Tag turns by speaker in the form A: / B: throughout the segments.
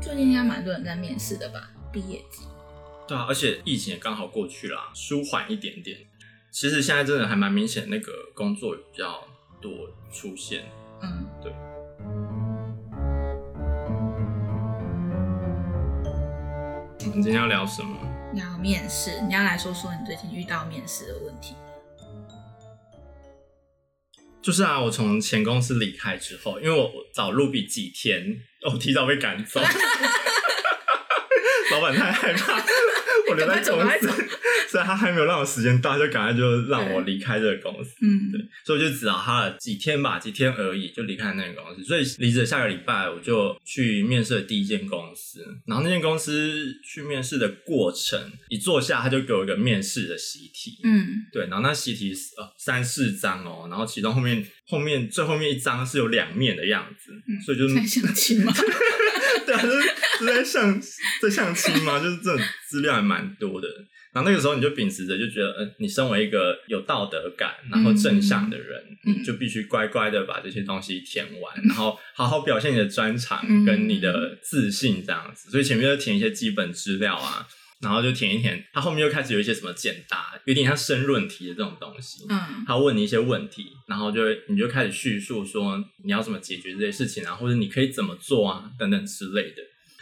A: 最近应该蛮多人在面试的吧？毕业季，
B: 对啊，而且疫情也刚好过去啦，舒缓一点点。其实现在真的还蛮明显，那个工作比较多出现。
A: 嗯，
B: 对。我们今天要聊什么？
A: 你要面试，你要来说说你最近遇到面试的问题。
B: 就是啊，我从前公司离开之后，因为我找路比几天，哦我提早被赶 走，老板太害怕我留在
A: 赶快
B: 公
A: 走赶快
B: 司
A: 走，
B: 所以他还没有让我时间到，他就赶快就让我离开这个公司，
A: 嗯，
B: 所以我就只找他了几天吧，几天而已就离开那个公司。所以离职的下个礼拜，我就去面试的第一间公司，然后那间公司去面试的过程，一坐下他就给我一个面试的习题，
A: 嗯，
B: 对，然后那习题是呃三四张哦，然后其中后面后面最后面一张是有两面的样子，
A: 嗯
B: 所 以就是
A: 在相亲吗？
B: 对啊，就是就是在相 在相亲嘛，就是这种资料还蛮多的。然后那个时候你就秉持着就觉得，呃，你身为一个有道德感然后正向的人，
A: 嗯
B: 你就必须乖乖的把这些东西填完，然后好好表现你的专长
A: 嗯
B: 跟你的自信这样子。所以前面就填一些基本资料啊。然后就填一填，它后面又开始有一些什么简答，有点像申论题的这种东西。
A: 嗯
B: 他问你一些问题，然后就会你就开始叙述说你要怎么解决这些事情啊，或者你可以怎么做啊，等等之类的。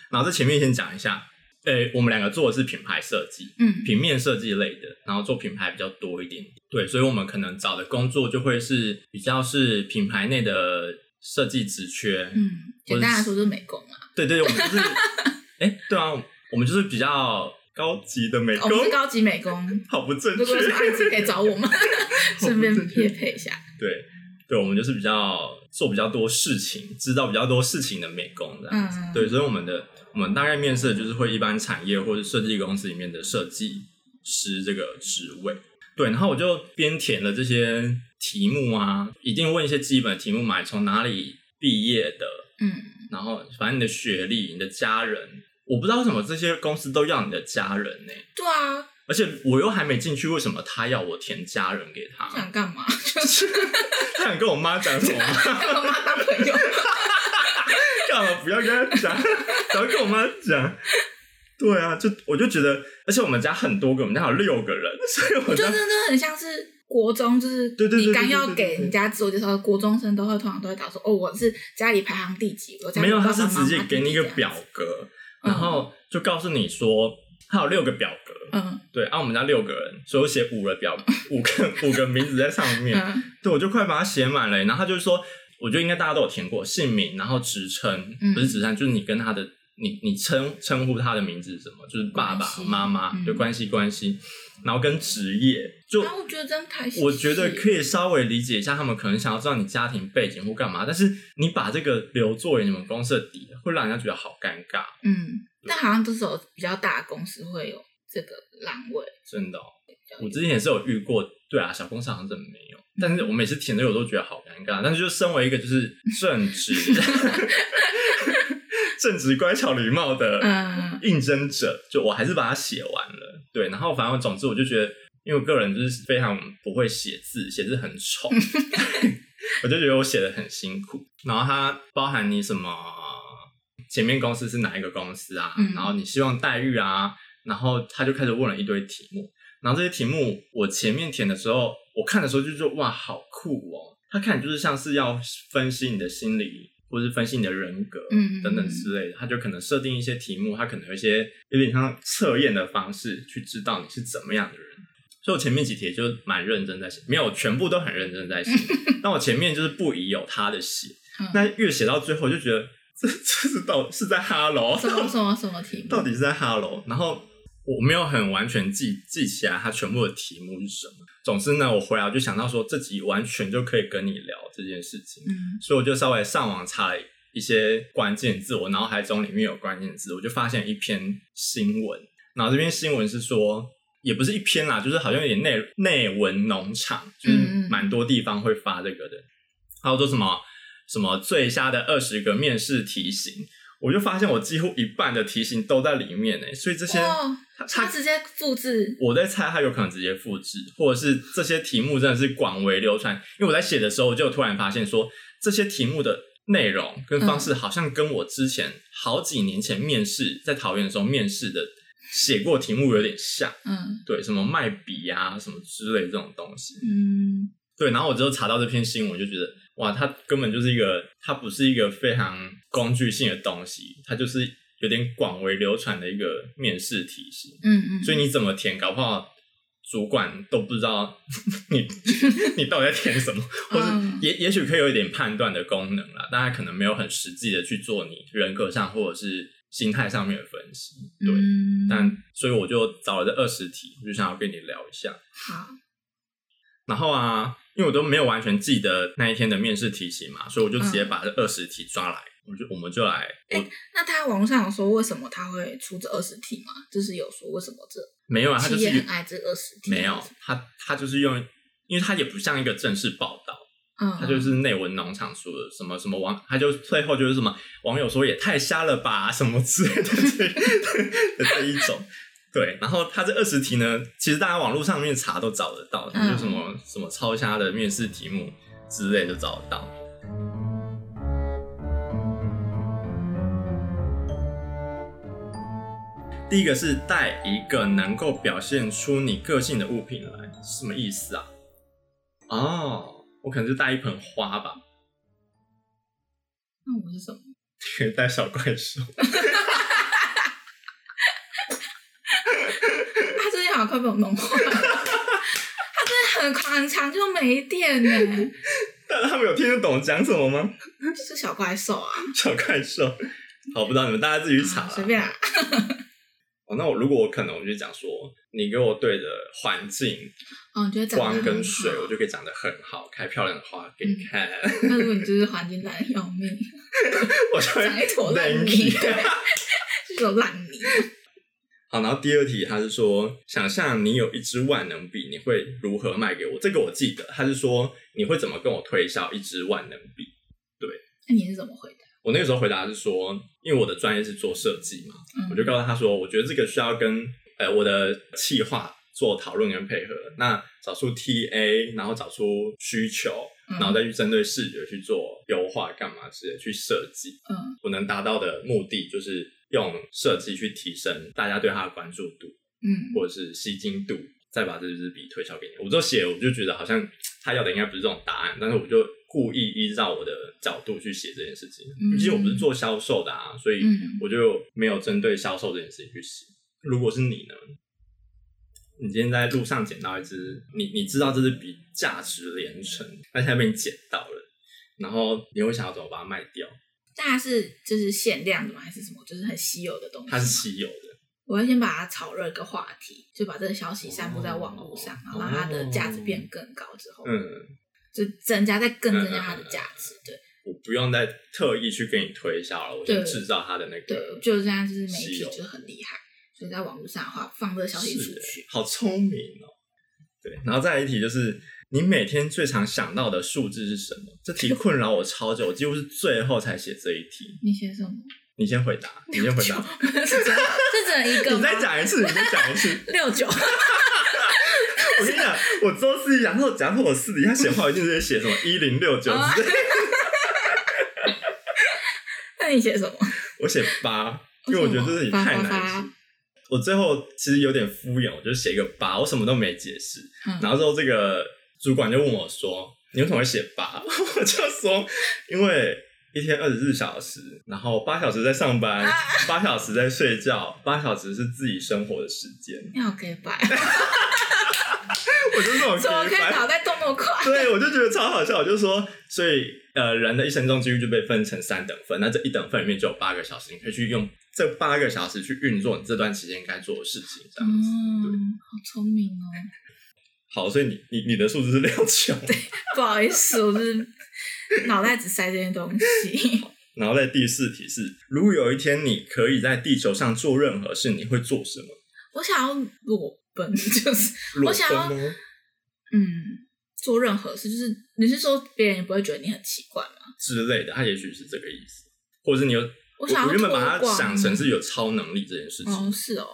B: 然后在前面先讲一下，诶、我们两个做的是品牌设计，
A: 嗯
B: 平面设计类的，然后做品牌比较多一点。对，所以我们可能找的工作就会是比较是品牌内的设计职缺。
A: 嗯，简单来说就是美工啊，
B: 对对，我们就是，诶、对啊，我们就是比较高级的美
A: 哦我
B: 工，
A: 们是高级美工。啊
B: 好不正
A: 如果有什么
B: 确。
A: 案子可以找 我们，顺便也配一下。
B: 对，对，我们就是比较做比较多事情，知道比较多事情的美工这样子。
A: 嗯
B: 对，所以我们的我们大概面试的就是会一般产业或者设计公司里面的设计师这个职位。对，然后我就边填了这些题目啊，一定问一些基本的题目嘛，你从哪里毕业的，
A: 嗯，
B: 然后反正你的学历、你的家人，我不知道为什么这些公司都要你的家人呢、
A: 对啊，
B: 而且我又还没进去，为什么他要我填家人给他？
A: 想干嘛？ 就是
B: 他想跟我妈讲什么吗？
A: 跟我妈当朋 友。
B: 干嘛不要跟他讲？ 早跟我妈讲。对啊，就我就觉得，而且我们家很多个，我们家有六个人，所以我
A: 我觉
B: 家
A: 得真的很像是国中，就是
B: 对对
A: 你
B: 对对
A: 刚
B: 对
A: 要
B: 对对
A: 给
B: 对
A: 人家自我介绍的国中生都会通常都会打说哦，我是家里排行第几，我家里
B: 没有，
A: 爸
B: 他
A: 爸
B: 是
A: 妈
B: 直
A: 妈
B: 接
A: 第
B: 给你一
A: 几这
B: 个
A: 样
B: 表
A: 子。
B: 格，
A: 嗯
B: 然后就告诉你说他有六个表格。
A: 嗯
B: 对，啊，我们家六个人，所以我写五个表，五个五个名字在上面。
A: 嗯
B: 对，我就快把它写满了。然后他就说，我觉得应该大家都有填过姓名，然后职称，
A: 嗯
B: 不是职称，就是你跟他的，你你称称呼他的名字是什么，就是爸爸
A: 关系
B: 妈妈，
A: 嗯
B: 对，关系关系，然后跟职业，就
A: 啊，我觉得真开心。
B: 我觉得可以稍微理解一下，他们可能想要知道你家庭背景或干嘛，但是你把这个留作为你们公司的底，会让人家觉得好尴尬，
A: 嗯，但好像都是有比较大的公司会有这个栏位。
B: 真的哦、我之前也是有遇过，对啊，小公司好像真的没有，
A: 嗯
B: 但是我每次填这个我都觉得好尴尬，但是就身为一个就是正 直、正直、乖巧、礼貌的
A: 嗯
B: 应征者，就我还是把它写完了。对，然后反正总之我就觉得，因为我个人就是非常不会写字，写字很 丑，我就觉得我写的很辛苦。然后它包含你什么前面公司是哪一个公司啊，
A: 嗯
B: 然后你希望待遇啊，然后他就开始问了一堆题目。然后这些题目我前面填的时候，我看的时候就觉得哇，好酷哦！他看就是像是要分析你的心理，或是分析你的人格，
A: 嗯嗯
B: 等等之类的，他就可能设定一些题目，他可能有一些有点像测验的方式去知道你是怎么样的人。所以我前面几题就蛮认真在写，没有全部都很认真 在写，但我前面就是不疑有他的写，
A: 嗯，
B: 那越写到最后就觉得这这是到是在哈 喽，
A: 什 么什么什么题目
B: 到？底是在哈喽，然后我没有很完全记记起来它全部的题目是什么。总之呢，我回来我就想到说，这集完全就可以跟你聊这件事情，
A: 嗯
B: 所以我就稍微上网查了一些关键字，我脑海中里面有关键字，我就发现一篇新闻。然后这篇新闻是说，也不是一篇啦，就是好像有点内内文农场，就是蛮多地方会发这个的。还有说什么什么最瞎的二十个面试题型，我就发现我几乎一半的题型都在里面呢、欸所以这些、
A: 哦，
B: 它
A: 他
B: 它
A: 直接复制。
B: 我在猜，他有可能直接复制，或者是这些题目真的是广为流传。因为我在写的时候，我就突然发现说，这些题目的内容跟方式，好像跟我之前好几年前面试在桃园的时候面试的写过题目有点像。
A: 嗯
B: 对，什么卖笔啊，什么之类这种东西。
A: 嗯
B: 对，然后我之后查到这篇新闻，我就觉得哇，它根本就是一个，它不是一个非常工具性的东西，它就是有点广为流传的一个面试体系。
A: 嗯嗯，
B: 所以你怎么填，搞不好主管都不知道你 你到底在填什么，或是
A: 嗯
B: 也也许可以有一点判断的功能啦，但它可能没有很实际的去做你人格上或者是心态上面的分析。对，
A: 嗯
B: 但所以我就找了这二十题，我就想要跟你聊一下。
A: 好，
B: 然后啊，因为我都没有完全记得那一天的面试题型嘛，所以我就直
A: 嗯
B: 接把这二十题抓来，我就我们就来，
A: 哎
B: 我
A: 那他网上有说为什么他会出这二十题吗？就是有说为什么这
B: 没有啊，他就
A: 企
B: 是
A: 业很爱这二十题？
B: 没有他他就是用，因为他也不像一个正式报道，
A: 嗯，嗯，
B: 他就是内文农场说的什么什么网，他就最后就是什么网友说也太瞎了吧，什么之类的这 的这一种。对，然后他这二十题呢，其实大家网络上面查都找得到，
A: 嗯
B: 就什么什么超瞎的面试题目之类都找得到。第一个是带一个能够表现出你个性的物品来，什么意思啊？哦，我可能就带一盆花吧，
A: 那我是什么？
B: 可以带小怪兽。
A: 他最近好像快被我弄坏了，他真的很很长就没电 呢，
B: 但 他们有听得懂我讲什么吗？
A: 是小怪兽啊，
B: 小怪兽，好，不知道你们大家自己去查
A: 啊
B: 啦
A: 随便啊，
B: 哦，那我如果我可能，我就讲说，你给我对着环境、
A: 哦，你觉得长得
B: 光
A: 很
B: 跟水，
A: 好嗯
B: 我就可以长得很好，开漂亮的花给你看，
A: 那如果你就是环境烂得要命，
B: 我就会
A: 长一坨 烂
B: Thank
A: 泥，
B: you
A: 对， 这种烂泥。
B: 好，然后第二题他是说，想象你有一支万能笔，你会如何卖给我？这个我记得，他是说你会怎么跟我推销一支万能笔？
A: 那你是怎么回答？
B: 我那个时候回答是说，因为我的专业是做设计嘛，
A: 嗯
B: 我就告诉他说，我觉得这个需要跟呃我的企划做讨论跟配合，那找出 TA，然后找出需求，
A: 嗯
B: 然后再去针对视觉去做优化，干嘛之类去设计。
A: 嗯
B: 我能达到的目的就是用设计去提升大家对它的关注度
A: 嗯
B: 或者是吸睛度，再把这支笔推销给你。我就写，我就觉得好像他要的应该不是这种答案，但是我就故意依照我的角度去写这件事情。
A: 嗯
B: 毕竟我不是做销售的啊，所以
A: 嗯
B: 我就没有针对销售这件事情去写。如果是你呢？你今天在路上捡到一支，你你知道这支笔价值连城，但现在被你捡到了，然后你会想要怎么把它卖掉？
A: 但它是就是限量的吗？还是什么？就是很稀有的东西吗？
B: 它是稀有的，
A: 我会先把它炒热一个话题，就把这个消息散布在网络上，
B: 哦
A: 然后让它的价值变更高之后，
B: 嗯，
A: 就增加再更增加它的价值。对
B: 我不用再特意去跟你推销了，我就
A: 对
B: 制造它的那
A: 对，
B: 个
A: 我觉得现在就是媒体
B: 稀有
A: 就是很厉害，所以在网络上的话放这个消息出
B: 是
A: 去
B: 欸，好聪明哦。对，然后再来一题就是你每天最常想到的数字是什么？这题困扰我超久，我几乎是最后才写这一题。
A: 那些什 么，
B: 你先回答，你先回答，
A: 是只能是只能一个
B: 你
A: 吗？
B: 再讲一次，你再讲一 次。
A: 六九，
B: 我跟你讲，我周四然后假如我私底下写话，我一定直接写什么一零六
A: 哦
B: 九之类的，
A: 那你写什 么？
B: 我写八，因为我觉得这题
A: 发
B: 太
A: 发发
B: 难记。我最后其实有点敷衍，我就写一个八，我什么都没解释。
A: 嗯
B: 然后之后这个主管就问我说：“你为什么会写八？” 我就说：“因为一天二十四小时，然后八小时在上班，
A: 啊
B: 八、小时在睡觉，八小时是自己生活的时间。
A: 你好 gay 白，
B: 我就这种
A: 怎么可
B: 直白
A: 以脑袋动那么快？
B: 对，我就觉得超好笑。我就说，所以呃，人的一生中几乎就被分成三等份，那这一等份里面就有八个小时，你可以去用这八个小时去运作你这段期间该做的事情，这样子。
A: 嗯，好聪明哦！
B: 好，所以你你你的数字是六九，
A: 不好意思，我就是脑袋只塞这些东西。
B: 然后在第四题是，如果有一天你可以在地球上做任何事，你会做什么？
A: 我想要裸奔， 就是
B: 裸啊
A: 我想要
B: 奔吗？
A: 嗯，做任何事，就是你是说别人也不会觉得你很奇怪吗？
B: 之类的，它也许是这个意思，或者是你有。
A: 我想要
B: 我原本把
A: 脱光
B: 它想成是有超能力这件事情，
A: 哦，是哦，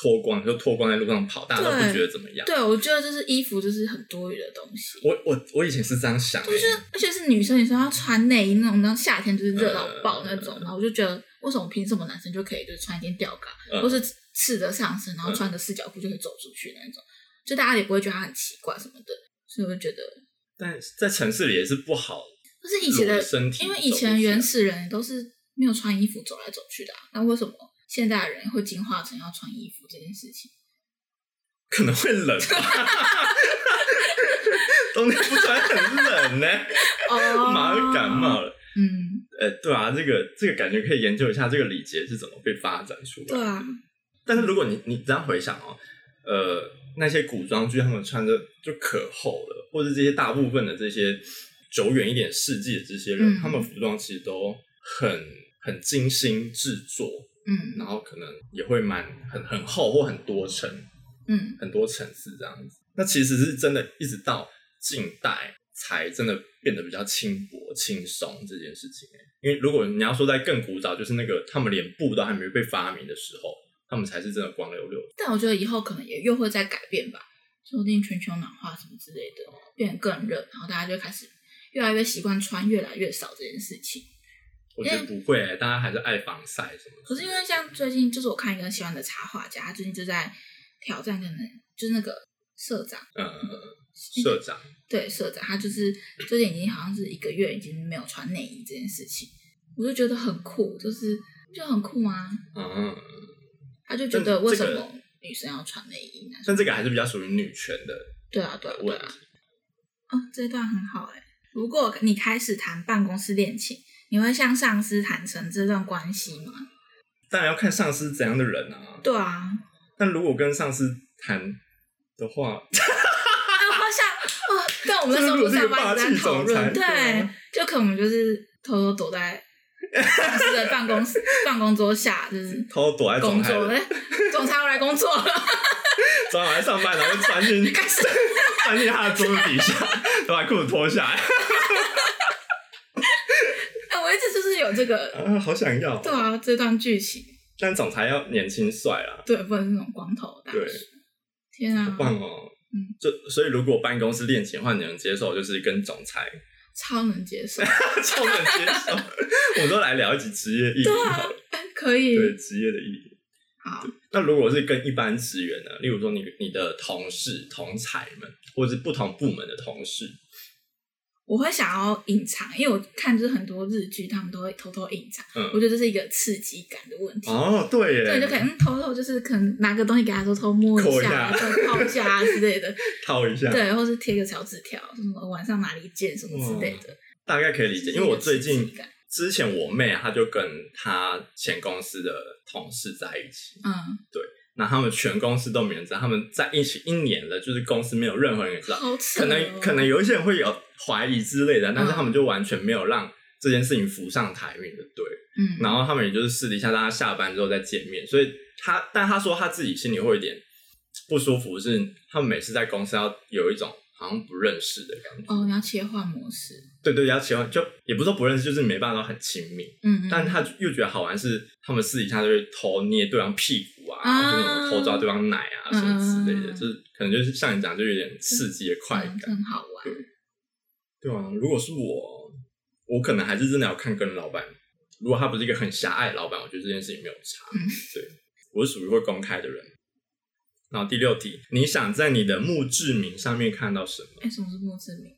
B: 脱光，就脱光在路上跑，大家都不
A: 对
B: 觉得怎么样。
A: 对，我觉得就是衣服就是很多余的东西，
B: 我我我以前是这样想、欸，
A: 就是而且是女生也是要穿内衣那种，然后夏天就是热到
B: 呃
A: 爆那种，然后我就觉得为什么凭什么男生就可以就是穿一件吊嘎，
B: 嗯
A: 或是赤着上身，然后穿个四角裤就可以走出去那种，就大家也不会觉得他很奇怪什么的，所以我就觉得，
B: 但在城市里也是不好。
A: 就是以前
B: 裸
A: 的
B: 着身体
A: 因为以
B: 走
A: 前的
B: 路是
A: 原
B: 啊
A: 始人都是没有穿衣服走来走去的、啊，那为什么现代人会进化成要穿衣服这件事情？
B: 可能会冷吧，冬天不穿很冷呢、
A: 哦
B: 马上感冒。了。
A: 嗯，
B: 呃，对啊，这个这个感觉可以研究一下这个礼节是怎么被发展出来的。
A: 对啊，
B: 但是如果你你这样回想哦，呃，那些古装剧他们穿着就可厚了，或者这些大部分的这些久远一点世纪的这些人，
A: 嗯
B: 他们服装其实都很很精心制作，
A: 嗯
B: 然后可能也会蛮很很厚或很多层
A: 嗯，
B: 很多层次这样子。那其实是真的，一直到近代才真的变得比较轻薄轻松这件事情欸、因为如果你要说在更古早，就是那个他们连布都还没被发明的时候，他们才是真的光溜溜的。
A: 但我觉得以后可能也又会再改变吧，说不定全球暖化什么之类的，变得更热，然后大家就开始越来越习惯穿越来越少这件事情。
B: 我觉得不会、欸，大家还是爱防晒什么的。
A: 可是因为像最近，就是我看一个喜欢的插画家，他最近就在挑战，可能就是那个社长。
B: 呃，社长，
A: 对社长，他就是最近已经好像是一个月已经没有穿内衣这件事情，我就觉得很酷，就是就很酷啊。
B: 嗯，
A: 他就觉得
B: 但
A: 为
B: 这
A: 什
B: 个
A: 么女生要穿内衣呢？
B: 但这个还是比较属于女权的
A: 对啊，对啊，对
B: 问
A: 啊。
B: 题。
A: 啊、这段很好哎、如果你开始谈办公室恋情，你会向上司坦诚这段关系吗？
B: 当然要看上司怎样的人啊。
A: 对啊，
B: 但如果跟上司谈的话，
A: 啊，好想哦，但我们那时候不是在班在讨论，对，
B: 啊
A: 就可能我们就是偷偷躲在上司的办公室 办公桌下，就是
B: 偷偷躲在
A: 工
B: 总裁
A: 作，
B: 的
A: 哎，总裁我来工作了，
B: 总裁上班，然后钻进
A: 开始
B: 钻进他的桌子底下， 然后把裤子脱下来，
A: 哎、我一直就是有这个，
B: 啊，好想要。
A: 对啊，这段剧情，
B: 但总裁要年轻帅啦，
A: 对，不能是那种光头大叔
B: 对。
A: 天啊
B: 好，棒哦。
A: 嗯，
B: 就所以如果办公室恋情的话，你能接受就是跟总裁
A: 超能接受，
B: 超能接 受。我们都来聊一集职业议题
A: 啊
B: 好了，
A: 哎可以，
B: 对职业的议题。
A: 好，
B: 那如果是跟一般职员呢，例如说你你的同事、同才们，或者是不同部门的同事，
A: 我会想要隐藏，因为我看就是很多日剧，他们都会偷偷隐藏，
B: 嗯
A: 我觉得这是一个刺激感的问题。
B: 哦，对耶，
A: 对，就可能偷偷就是可能拿个东西给他偷偷摸
B: 抠
A: 一
B: 一
A: 下，
B: 下
A: 就泡一下啊之类 的，
B: 套一下，
A: 对，或是贴个小纸条，什么晚上哪里见什么之类的。
B: 大概可以理解，因为我最
A: 就是有
B: 近
A: 刺激感
B: 之前我妹她就跟她前公司的同事在一起，
A: 嗯，
B: 那他们全公司都没人知道，他们在一起一年了，就是公司没有任何人知道，
A: 好扯、哦，嗯
B: 啊可能可能有一些人会有怀疑之类的，但是他们就完全没有让这件事情浮上台面的，对。
A: 嗯，
B: 然后他们也就是私底下大家下班之后再见面，所以他，但他说他自己心里会有点不舒服，是他们每次在公司要有一种好像不认识的感觉。
A: 哦，你要切换模式，
B: 对对，要喜欢就也不是说不认识，就是没办法很亲密。
A: 嗯，嗯
B: 但他又觉得好玩是他们私底下就会偷捏对方屁股啊，
A: 啊
B: 或者什么偷抓对方奶啊
A: 嗯
B: 什么之类的，就是可能就是像你讲，就有点刺激的快
A: 嗯
B: 感。
A: 很好玩。
B: 对啊，如果是我，我可能还是真的要看跟老板。如果他不是一个很狭隘的老板，我觉得这件事情没有差。
A: 嗯
B: 对，我是属于会公开的人。然后第六题，你想在你的墓志铭上面看到什么？
A: 哎、什么是墓志铭？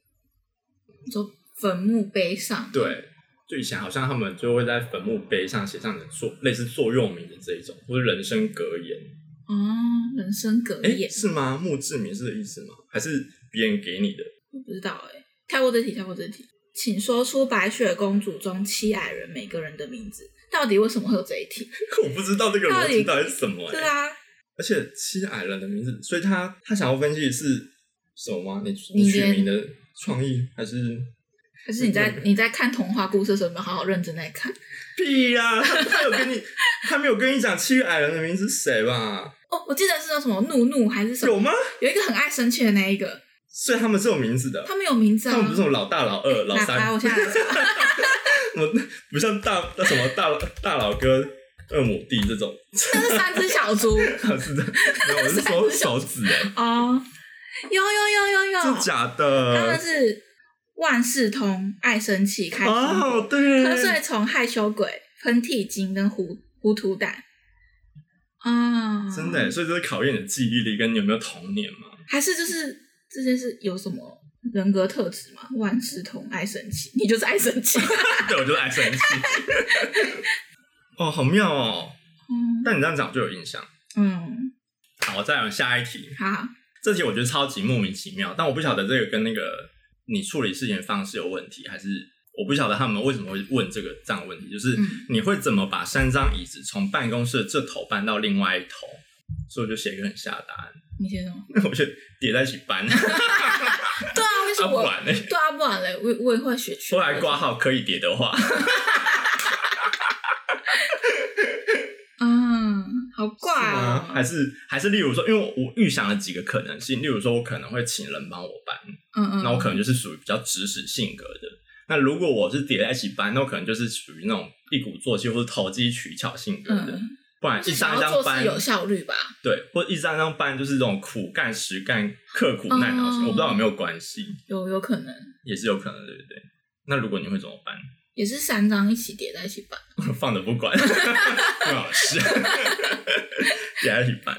A: 你说坟墓碑上，
B: 对，就以前好像他们就会在坟墓碑上写上你的座，类似座右铭的这一种，或者人生格言。
A: 哦，人生格
B: 哎、
A: 言，
B: 是吗？墓志铭是这个意思吗？还是别人给你的？
A: 我不知道哎、跳过这题，跳过这题，请说出白雪公主中七矮人每个人的名字。到底为什么会有这一题？
B: 我不知道这个逻辑到底是什么、
A: 对
B: 哎、
A: 啊，
B: 而且七矮人的名字，所以他他想要分析的是什么吗？你
A: 你
B: 你取
A: 连
B: 名的创意还是
A: 可是你在你在看童话故事的时候，有没有好好认真在看？
B: 屁呀、他他有跟你他没有跟你讲七矮人的名字是谁吧？
A: 哦，我记得是那什么怒怒还是什
B: 有
A: 么，
B: 吗？
A: 有一个很爱生气的那一个，
B: 所以他们是有名字的。哦
A: 他们有名字啊。啊
B: 他们不是什么老大、老二、老
A: 来来，
B: 三
A: 我，现在来查
B: 我不像大那什么大佬大佬哥恶魔帝这种，
A: 那是三只小猪
B: 是的，没有我是说手 指哎，
A: 哦，有有有有有，
B: 是假
A: 他们
B: 的
A: 哦啊是万事通、爱生气、开心果、
B: 哦，对，
A: 瞌睡虫、害羞鬼、喷嚏精跟糊糊涂蛋。啊、
B: 真的耶，所以这是考验你的记忆力跟你有没有童年嘛。
A: 还是就是这些是有什么人格特质吗？万事通、爱生气，你就是爱生 气。
B: 对，我就是爱生气。 哦，好妙哦！
A: 嗯
B: 但你这样讲就有印象。
A: 嗯，
B: 好，再有下一题，
A: 好，
B: 这题我觉得超级莫名其妙，但我不晓得这个跟那个你处理事情的方式有问题，还是我不晓得他们为什么会问这个这样的问题，就是
A: 嗯
B: 你会怎么把三张椅子从办公室的这头搬到另外一头？所以我就写一个很瞎的答案，
A: 你先说。
B: 我就叠在一起搬，
A: 对啊，为什
B: 啊
A: 么
B: 不
A: 我？
B: 然呢？
A: 对啊，不然嘞，我我也会学学。
B: 后来挂号可以叠的话，
A: 嗯，好怪
B: 是
A: 哦
B: 吗。还是还是例如说，因为我预想了几个可能性，例如说我可能会请人帮我搬，
A: 嗯嗯，
B: 那我可能就是属于比较指使性格的。那如果我是叠在一起搬，那我可能就是属于那种一鼓作气或者投机取巧性格的，
A: 嗯，
B: 不然
A: 就
B: 一
A: 想
B: 张一
A: 要
B: 张
A: 做事
B: 搬，
A: 有效率吧。
B: 对，或者一张一张搬就是这种苦干实干、刻苦耐劳型，
A: 哦
B: 我不知道有没有关系，
A: 有有可能
B: 也是有可能，对不对？那如果你会怎么办？
A: 也是三张一起叠在一起吧。
B: 放着不管， 很好笑。叠在一起搬。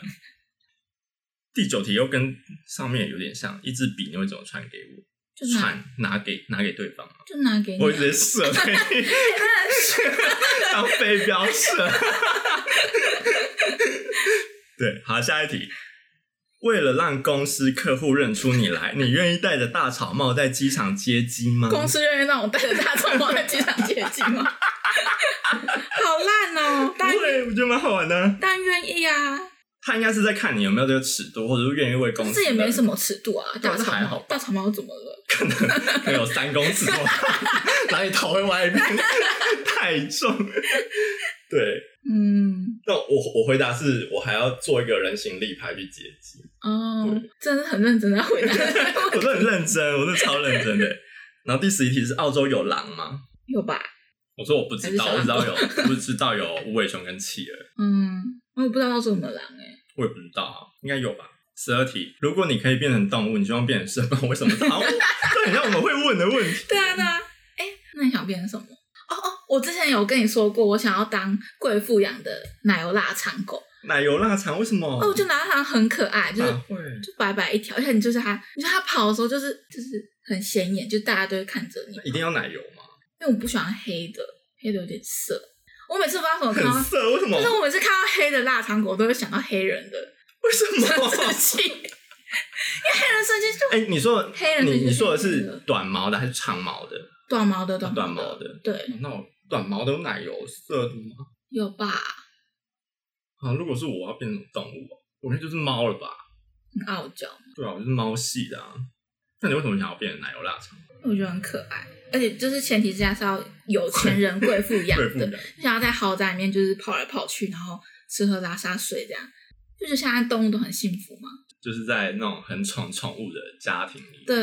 B: 第九题又跟上面有点像，一支笔你会怎么传给我？
A: 就拿
B: 传拿给拿给对方。
A: 就拿给你啊，
B: 我会直接射飞， 当飞镖射。对，好，下一题。为了让公司客户认出你来，你愿意戴着大草帽在机场接机 吗？
A: 公司愿意让我带着大众猫在机场接机吗？ 好烂哦！但
B: 对，我觉得蛮好玩的啊。
A: 但愿意啊，
B: 他应该是在看你有没有这个尺度，或者是愿意为公司。
A: 这也没什，么尺度啊。
B: 对
A: 大
B: 这
A: 草
B: 还好
A: 猫，大草猫怎么了？
B: 可能有三公 尺哦，然后你头会歪一边，太重。对，
A: 嗯，
B: 那我我回答是我还要做一个人形立牌去接机。
A: 哦，真的很认真的回 答。
B: 我都很认真，我是超认真的。然后第十一题是澳洲有狼吗？
A: 有吧？
B: 我说我不知道，我
A: 还
B: 知
A: 是小
B: 道
A: 狼
B: 有，我只知道有无尾熊跟企鹅，
A: 嗯，我不知道要做什么狼哎、
B: 我也不知道啊，应该有吧。十二题，如果你可以变成动物，你希望变成什么？为什么？ 好，这很像我们会问的问题。
A: 对啊，对啊。哎、那你想变成什么？哦哦，我之前有跟你说过，我想要当贵妇养的奶油腊肠狗。
B: 奶油腊肠为什么？
A: 哦，我觉得奶油腊肠很可爱，就是
B: 啊会
A: 就白白一条，而且你就是它，你说它跑的时候就是就是很显眼，就大家都会看着你。
B: 一定要奶油吗？
A: 因为我不喜欢黑的，黑的有点涩。我每次不知道怎么看到
B: 很，色，为什么？
A: 但是我每次看到黑的腊肠狗，我都会想到黑人 的
B: 为什
A: 生
B: 么？
A: 气，因为黑人生气就
B: 哎，你说
A: 黑人的
B: 你
A: 就是
B: 你说的
A: 黑
B: 是
A: 色
B: 短毛的还是长毛的？
A: 短毛的，短
B: 短
A: 毛
B: 毛
A: 的，
B: 的。
A: 对，
B: 那我短毛的有奶油色的吗？
A: 有吧？
B: 啊，如果是我要变成动物哦，我那就是猫了吧？
A: 很傲娇，
B: 对啊，我是猫系的啊。那你为什么想要变成奶油腊肠？
A: 我觉得很可爱。而且就是前提之下是要有钱人贵妇养
B: 贵妇
A: 的
B: 的，
A: 想要在豪宅里面就是跑来跑去，然后吃喝拉撒睡这样，就是现在动物都很幸福嘛。
B: 就是在那种很宠宠物的家庭里，
A: 对，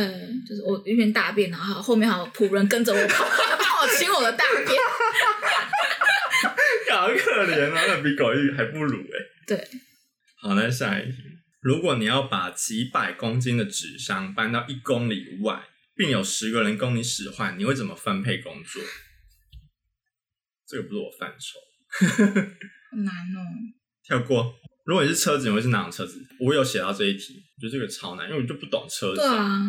A: 就是我一边大便，然后后面还有仆人跟着我 跑，帮我清我的大便。
B: 好可怜啊，那比狗玉还不如哎、
A: 对，
B: 好，那下一题，如果你要把几百公斤的纸箱搬到一公里外，并有十个人供你使唤，你会怎么分配工作？这个不是我范畴，
A: 好难哦。
B: 跳过。如果你是车子，你会是哪种车子？我有写到这一题，我觉得这个超难，因为我就不懂车子。
A: 对啊，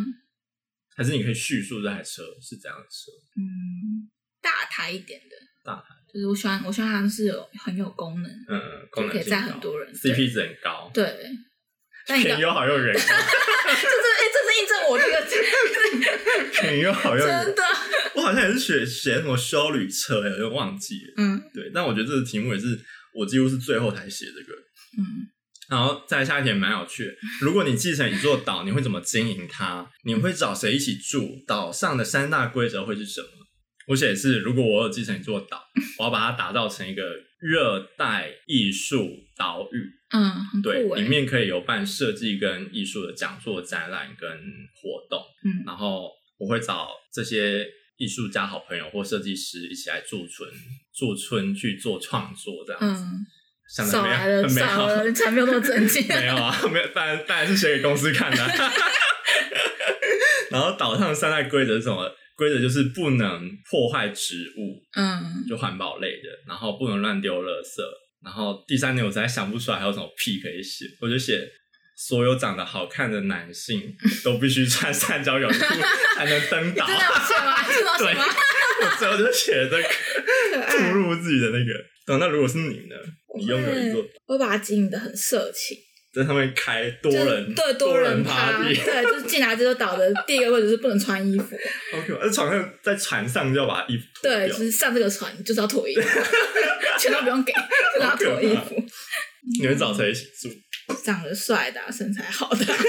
B: 还是你可以叙述这台车是怎样的车？
A: 嗯，大台一点的，
B: 大台
A: 就是我喜欢，我喜欢它是有很有功能。
B: 嗯，功能
A: 可以
B: 性
A: 载
B: 高
A: 很多人
B: ，CP 值很高，
A: 对，但你
B: 便宜又好用人，
A: 这这哎，这是印证 我这个
B: 便宜又好用
A: 真
B: 人。
A: 的，
B: 我好像也是学学什么修旅车，有点忘记了。
A: 嗯
B: 对，但我觉得这个题目也是我几乎是最后才写这个。
A: 嗯，
B: 然后再下一题也蛮有趣的，如果你继承一座岛，你会怎么经营它？你会找谁一起住？岛上的三大规则会是什么？我写的是，如果我有继承一座岛，我要把它打造成一个热带艺术岛屿。
A: 嗯，很酷
B: 对，
A: 哎
B: 里，面可以有办设计跟艺术的讲座、展览跟活动，
A: 嗯
B: 然后我会找这些艺术家、好朋友或设计师一起来驻村驻村去做创作这样子。
A: 嗯，
B: 想的
A: 少
B: 没有
A: 来了，
B: 很美
A: 少
B: 好，
A: 了，才没有那么正经。
B: 没有啊，没有，当然当然是写给公司看的、啊 然后岛上三大规则是什么？规则就是不能破坏植物，
A: 嗯，
B: 就环保类的，然后不能乱丢垃圾。然后第三点，我实在想不出来还有什么屁可以写，我就写所有长得好看的男性都必须穿三角泳裤才能 登岛
A: 真。 的有写吗？真的有写吗？
B: 我最后就写了这个，
A: 可爱
B: 注入自己的那个。等那如果是你呢？你拥有一座
A: 我会把它经营的很色情，
B: 在上面开多
A: 就是
B: 人
A: 对
B: 多
A: 人趴，
B: party，
A: 对，就是进来这座岛的第一个位置是不能穿衣服，
B: 好可怕！在床上，在船上就要把衣服脱
A: 对，
B: 掉
A: 就。是上这个船就是要脱衣服， 全都不用给， 就是要脱衣
B: 好可
A: 服，
B: 你们找谁一起住？
A: 长得帅的啊、身材好的啊，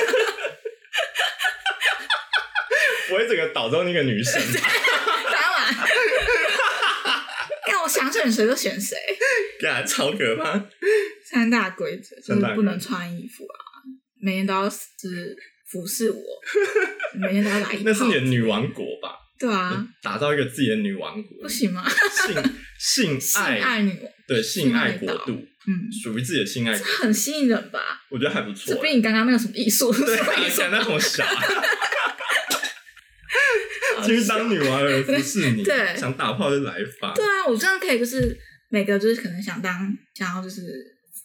B: 不会整个岛中一个 女生吧
A: 当然。 看我想选谁就选谁，
B: 干超可怕！
A: 三大规则就
B: 三大
A: 是
B: 规则
A: 不能穿衣服啊，每天都要就是服侍我，每天都要打一炮。
B: 那是你的嗯女王国吧？
A: 对啊，
B: 打造一个自己的女王国
A: 不，行吗？
B: 性性
A: 性爱女哦王，
B: 对性爱国
A: 性
B: 度，
A: 嗯，
B: 属于自己的性爱国，
A: 很吸引人吧？
B: 我觉得还不错
A: 这。比你刚刚那个什么艺术，
B: 对
A: 什么
B: 啊，
A: 艺术
B: 想那 么 小，
A: 好
B: 其实
A: 笑
B: 当女王而不是你，
A: 对
B: 想打炮就来一发。
A: 对啊，我真的可以，就是每个就是可能想当想要就是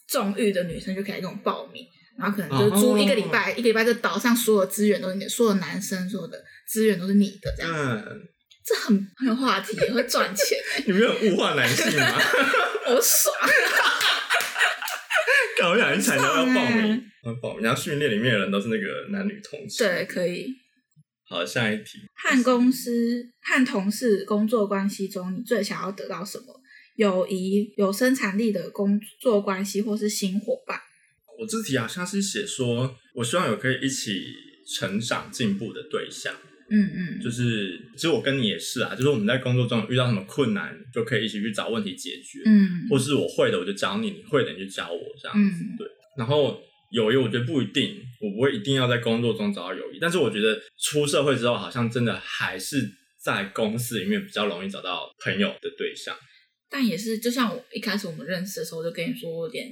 A: 纵欲的女生就可以来跟我报名，然后可能就是租一个礼拜，一个礼拜这岛上所有资源都是你的，所有男生所有的资源都是你的，这样、
B: 嗯，
A: 这很很有话题，也会赚钱，
B: 你没有物化男性吗？
A: 我爽。
B: 搞两人才都要报
A: 很
B: 名，要报名。然后训练里面的人都是那个男女同志。
A: 对，可以。
B: 好，下一题。
A: 和公司、和同事工作关系中，你最想要得到什么？友谊、有生产力的工作关系，或是新伙伴？
B: 我这题好像是写说，我希望有可以一起成长进步的对象，
A: 嗯嗯，
B: 就是其实我跟你也是啊，就是我们在工作中遇到什么困难，就可以一起去找问题解决，
A: 嗯
B: 或是我会的我就教你，你会的你就教我这样。
A: 嗯
B: 然后友谊我觉得不一定，我不会一定要在工作中找到友谊，但是我觉得出社会之后，好像真的还是在公司里面比较容易找到朋友的对象。
A: 但也是，就像我一开始我们认识的时候，我就跟你说，我有点，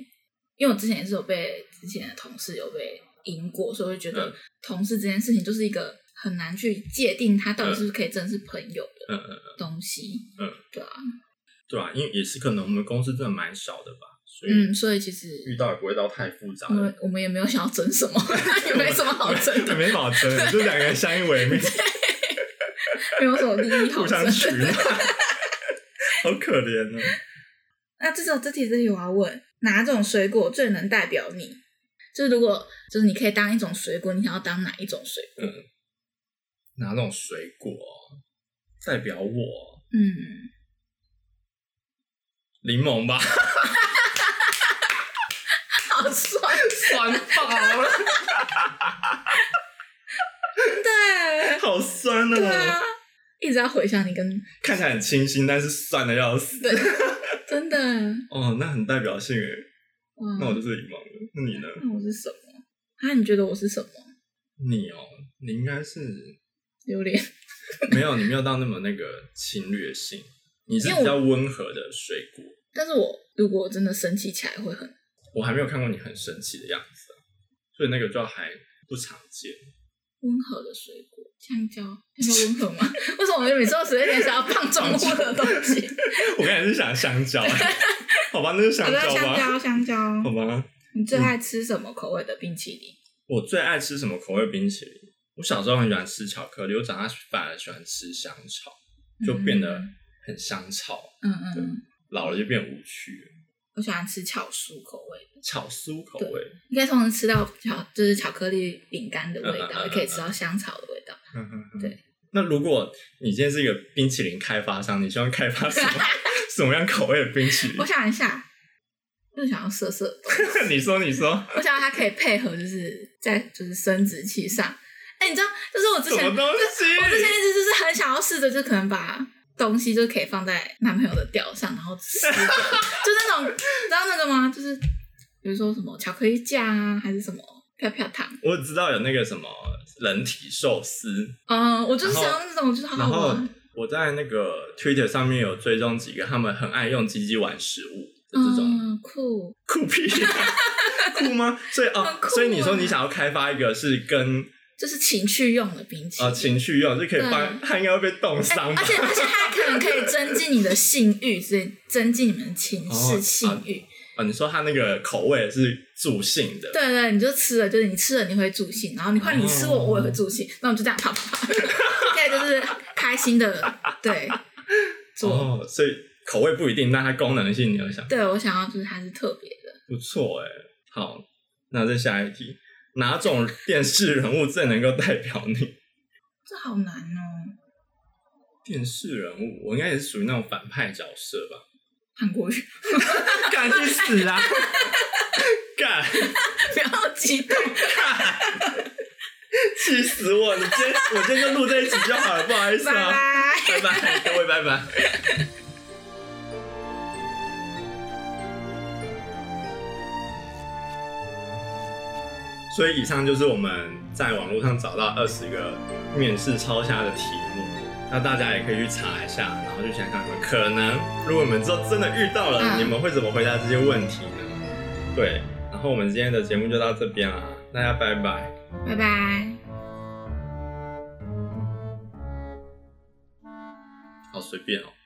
A: 因为我之前也是有被之前的同事有被赢过，所以我就觉得
B: 嗯
A: 同事这件事情就是一个很难去界定他到底是不是可以真的是朋友的
B: 嗯嗯嗯，
A: 东西。
B: 嗯，
A: 对啊，
B: 对啊，因为也是可能我们公司真的蛮小的吧，所以
A: 嗯，所以其实
B: 遇到也不会到太复杂
A: 我
B: 的
A: 们 我们也没有想要争什么，也没什么好争的，
B: 没法争，就两个人相依为命，
A: 没有什么利益好
B: 互
A: 争
B: 相。取暖， 好可怜哦。
A: 那这种这题这题我要问，哪种水果最能代表你？就是如果就是你可以当一种水果，你想要当哪一种水果？
B: 拿那种水果代表我，
A: 嗯，
B: 柠檬吧，
A: 好酸。
B: 酸爆了，
A: 对，
B: 好酸
A: 对啊
B: 哦！，
A: 一直在回想你跟
B: 看起来很清新，但是酸的要死。
A: 对，真的，
B: 哦，那很代表性诶，
A: 哇，
B: 那我就是柠檬了。那你呢？
A: 那我是什么？啊，你觉得我是什么？
B: 你哦，你应该是
A: 榴莲，
B: 没有，你没有到那么那个侵略性，你是
A: 因为我
B: 比较温和的水果。
A: 但是我如果真的生气起来会很，
B: 我还没有看过你很生气的样子、啊，所以那个就还不常见。
A: 温和的水果，香蕉，香蕉温和吗？ 为什么我每次都随便想要放重温的东西？
B: 我刚才是想 香蕉、好吧，那就 香
A: 我觉得
B: 蕉哦
A: 香
B: 嗯吧，
A: 蕉，香蕉。
B: 好吧。
A: 你最爱吃什么口味的冰淇淋？
B: 我最爱吃什么口味冰淇淋？我小时候很喜欢吃巧克力，我长大反而喜欢吃香草，就变得很香草，
A: 嗯嗯嗯，
B: 老了就变无趣了。
A: 我喜欢吃巧酥口味的，
B: 巧酥口味，
A: 应该同时吃到巧就是巧克力饼干的味
B: 嗯嗯嗯
A: 道，
B: 嗯
A: 也可以吃到香草的味道。
B: 嗯嗯嗯
A: 对。
B: 那如果你今天是一个冰淇淋开发商，你希望开发 什么什么样口味的冰淇淋
A: 我？想一下，又想要色色的东西，
B: 你说，你说，
A: 我想要它可以配合，就是在就是生殖器上。哎、你知道，就是我之
B: 什
A: 前，
B: 么
A: 我
B: 东
A: 之前
B: 西？
A: 一直就是很想要试着，就可能把东西就可以放在男朋友的吊上，然后吃 着，就那种，你知道那个吗？就是比如说什么巧克力酱啊，还是什么飘飘糖。
B: 我只知道有那个什么人体寿司，
A: 嗯，我就是想要那种，就是好
B: 然
A: 好
B: 后
A: 玩。
B: 我在那个 Twitter 上面有追踪几个他们很爱用鸡鸡玩食物的这种
A: 嗯，酷，
B: 酷屁、酷吗？所以哦，
A: 很酷啊
B: 所以你说你想要开发一个是跟
A: 这是情趣用的冰淇淋。
B: 呃情绪用，就可以帮
A: 对
B: 他应该会被冻
A: 哎
B: 伤吧
A: 而？且而且它可能可以增进你的性欲，所以增进你们的情
B: 哦
A: 是性欲。
B: 啊，你说它那个口味是助兴的，
A: 对对，你就吃了，就是你吃了你会助兴，然后你换你吃我，
B: 哦
A: 我也会助兴，那我们就这样啪啪啪， 现在就是开心的，对，做。
B: 哦，所以口味不一定，但它功能性你要想
A: 对我想要就是它是特别的，
B: 不错哎、好，那再下一题，哪种电视人物最能够代表你？
A: 这好难哦。
B: 电视人物，我应该也是属于那种反派角色吧？
A: 韩国语，
B: 干去死啊！干
A: 不要激 动，
B: 干！气死我！你今天我今天就录这一集就好了，不好意思
A: 拜
B: 啊，
A: 拜。
B: 拜拜，各位拜拜。所以以上就是我们在网络上找到二十个面试超瞎的题目，那大家也可以去查一下，然后去想想你们可能，如果你们之后真的遇到了，
A: 嗯
B: 你们会怎么回答这些问题呢？对，然后我们今天的节目就到这边啦，大家拜拜。
A: 拜拜。
B: 好随便哦。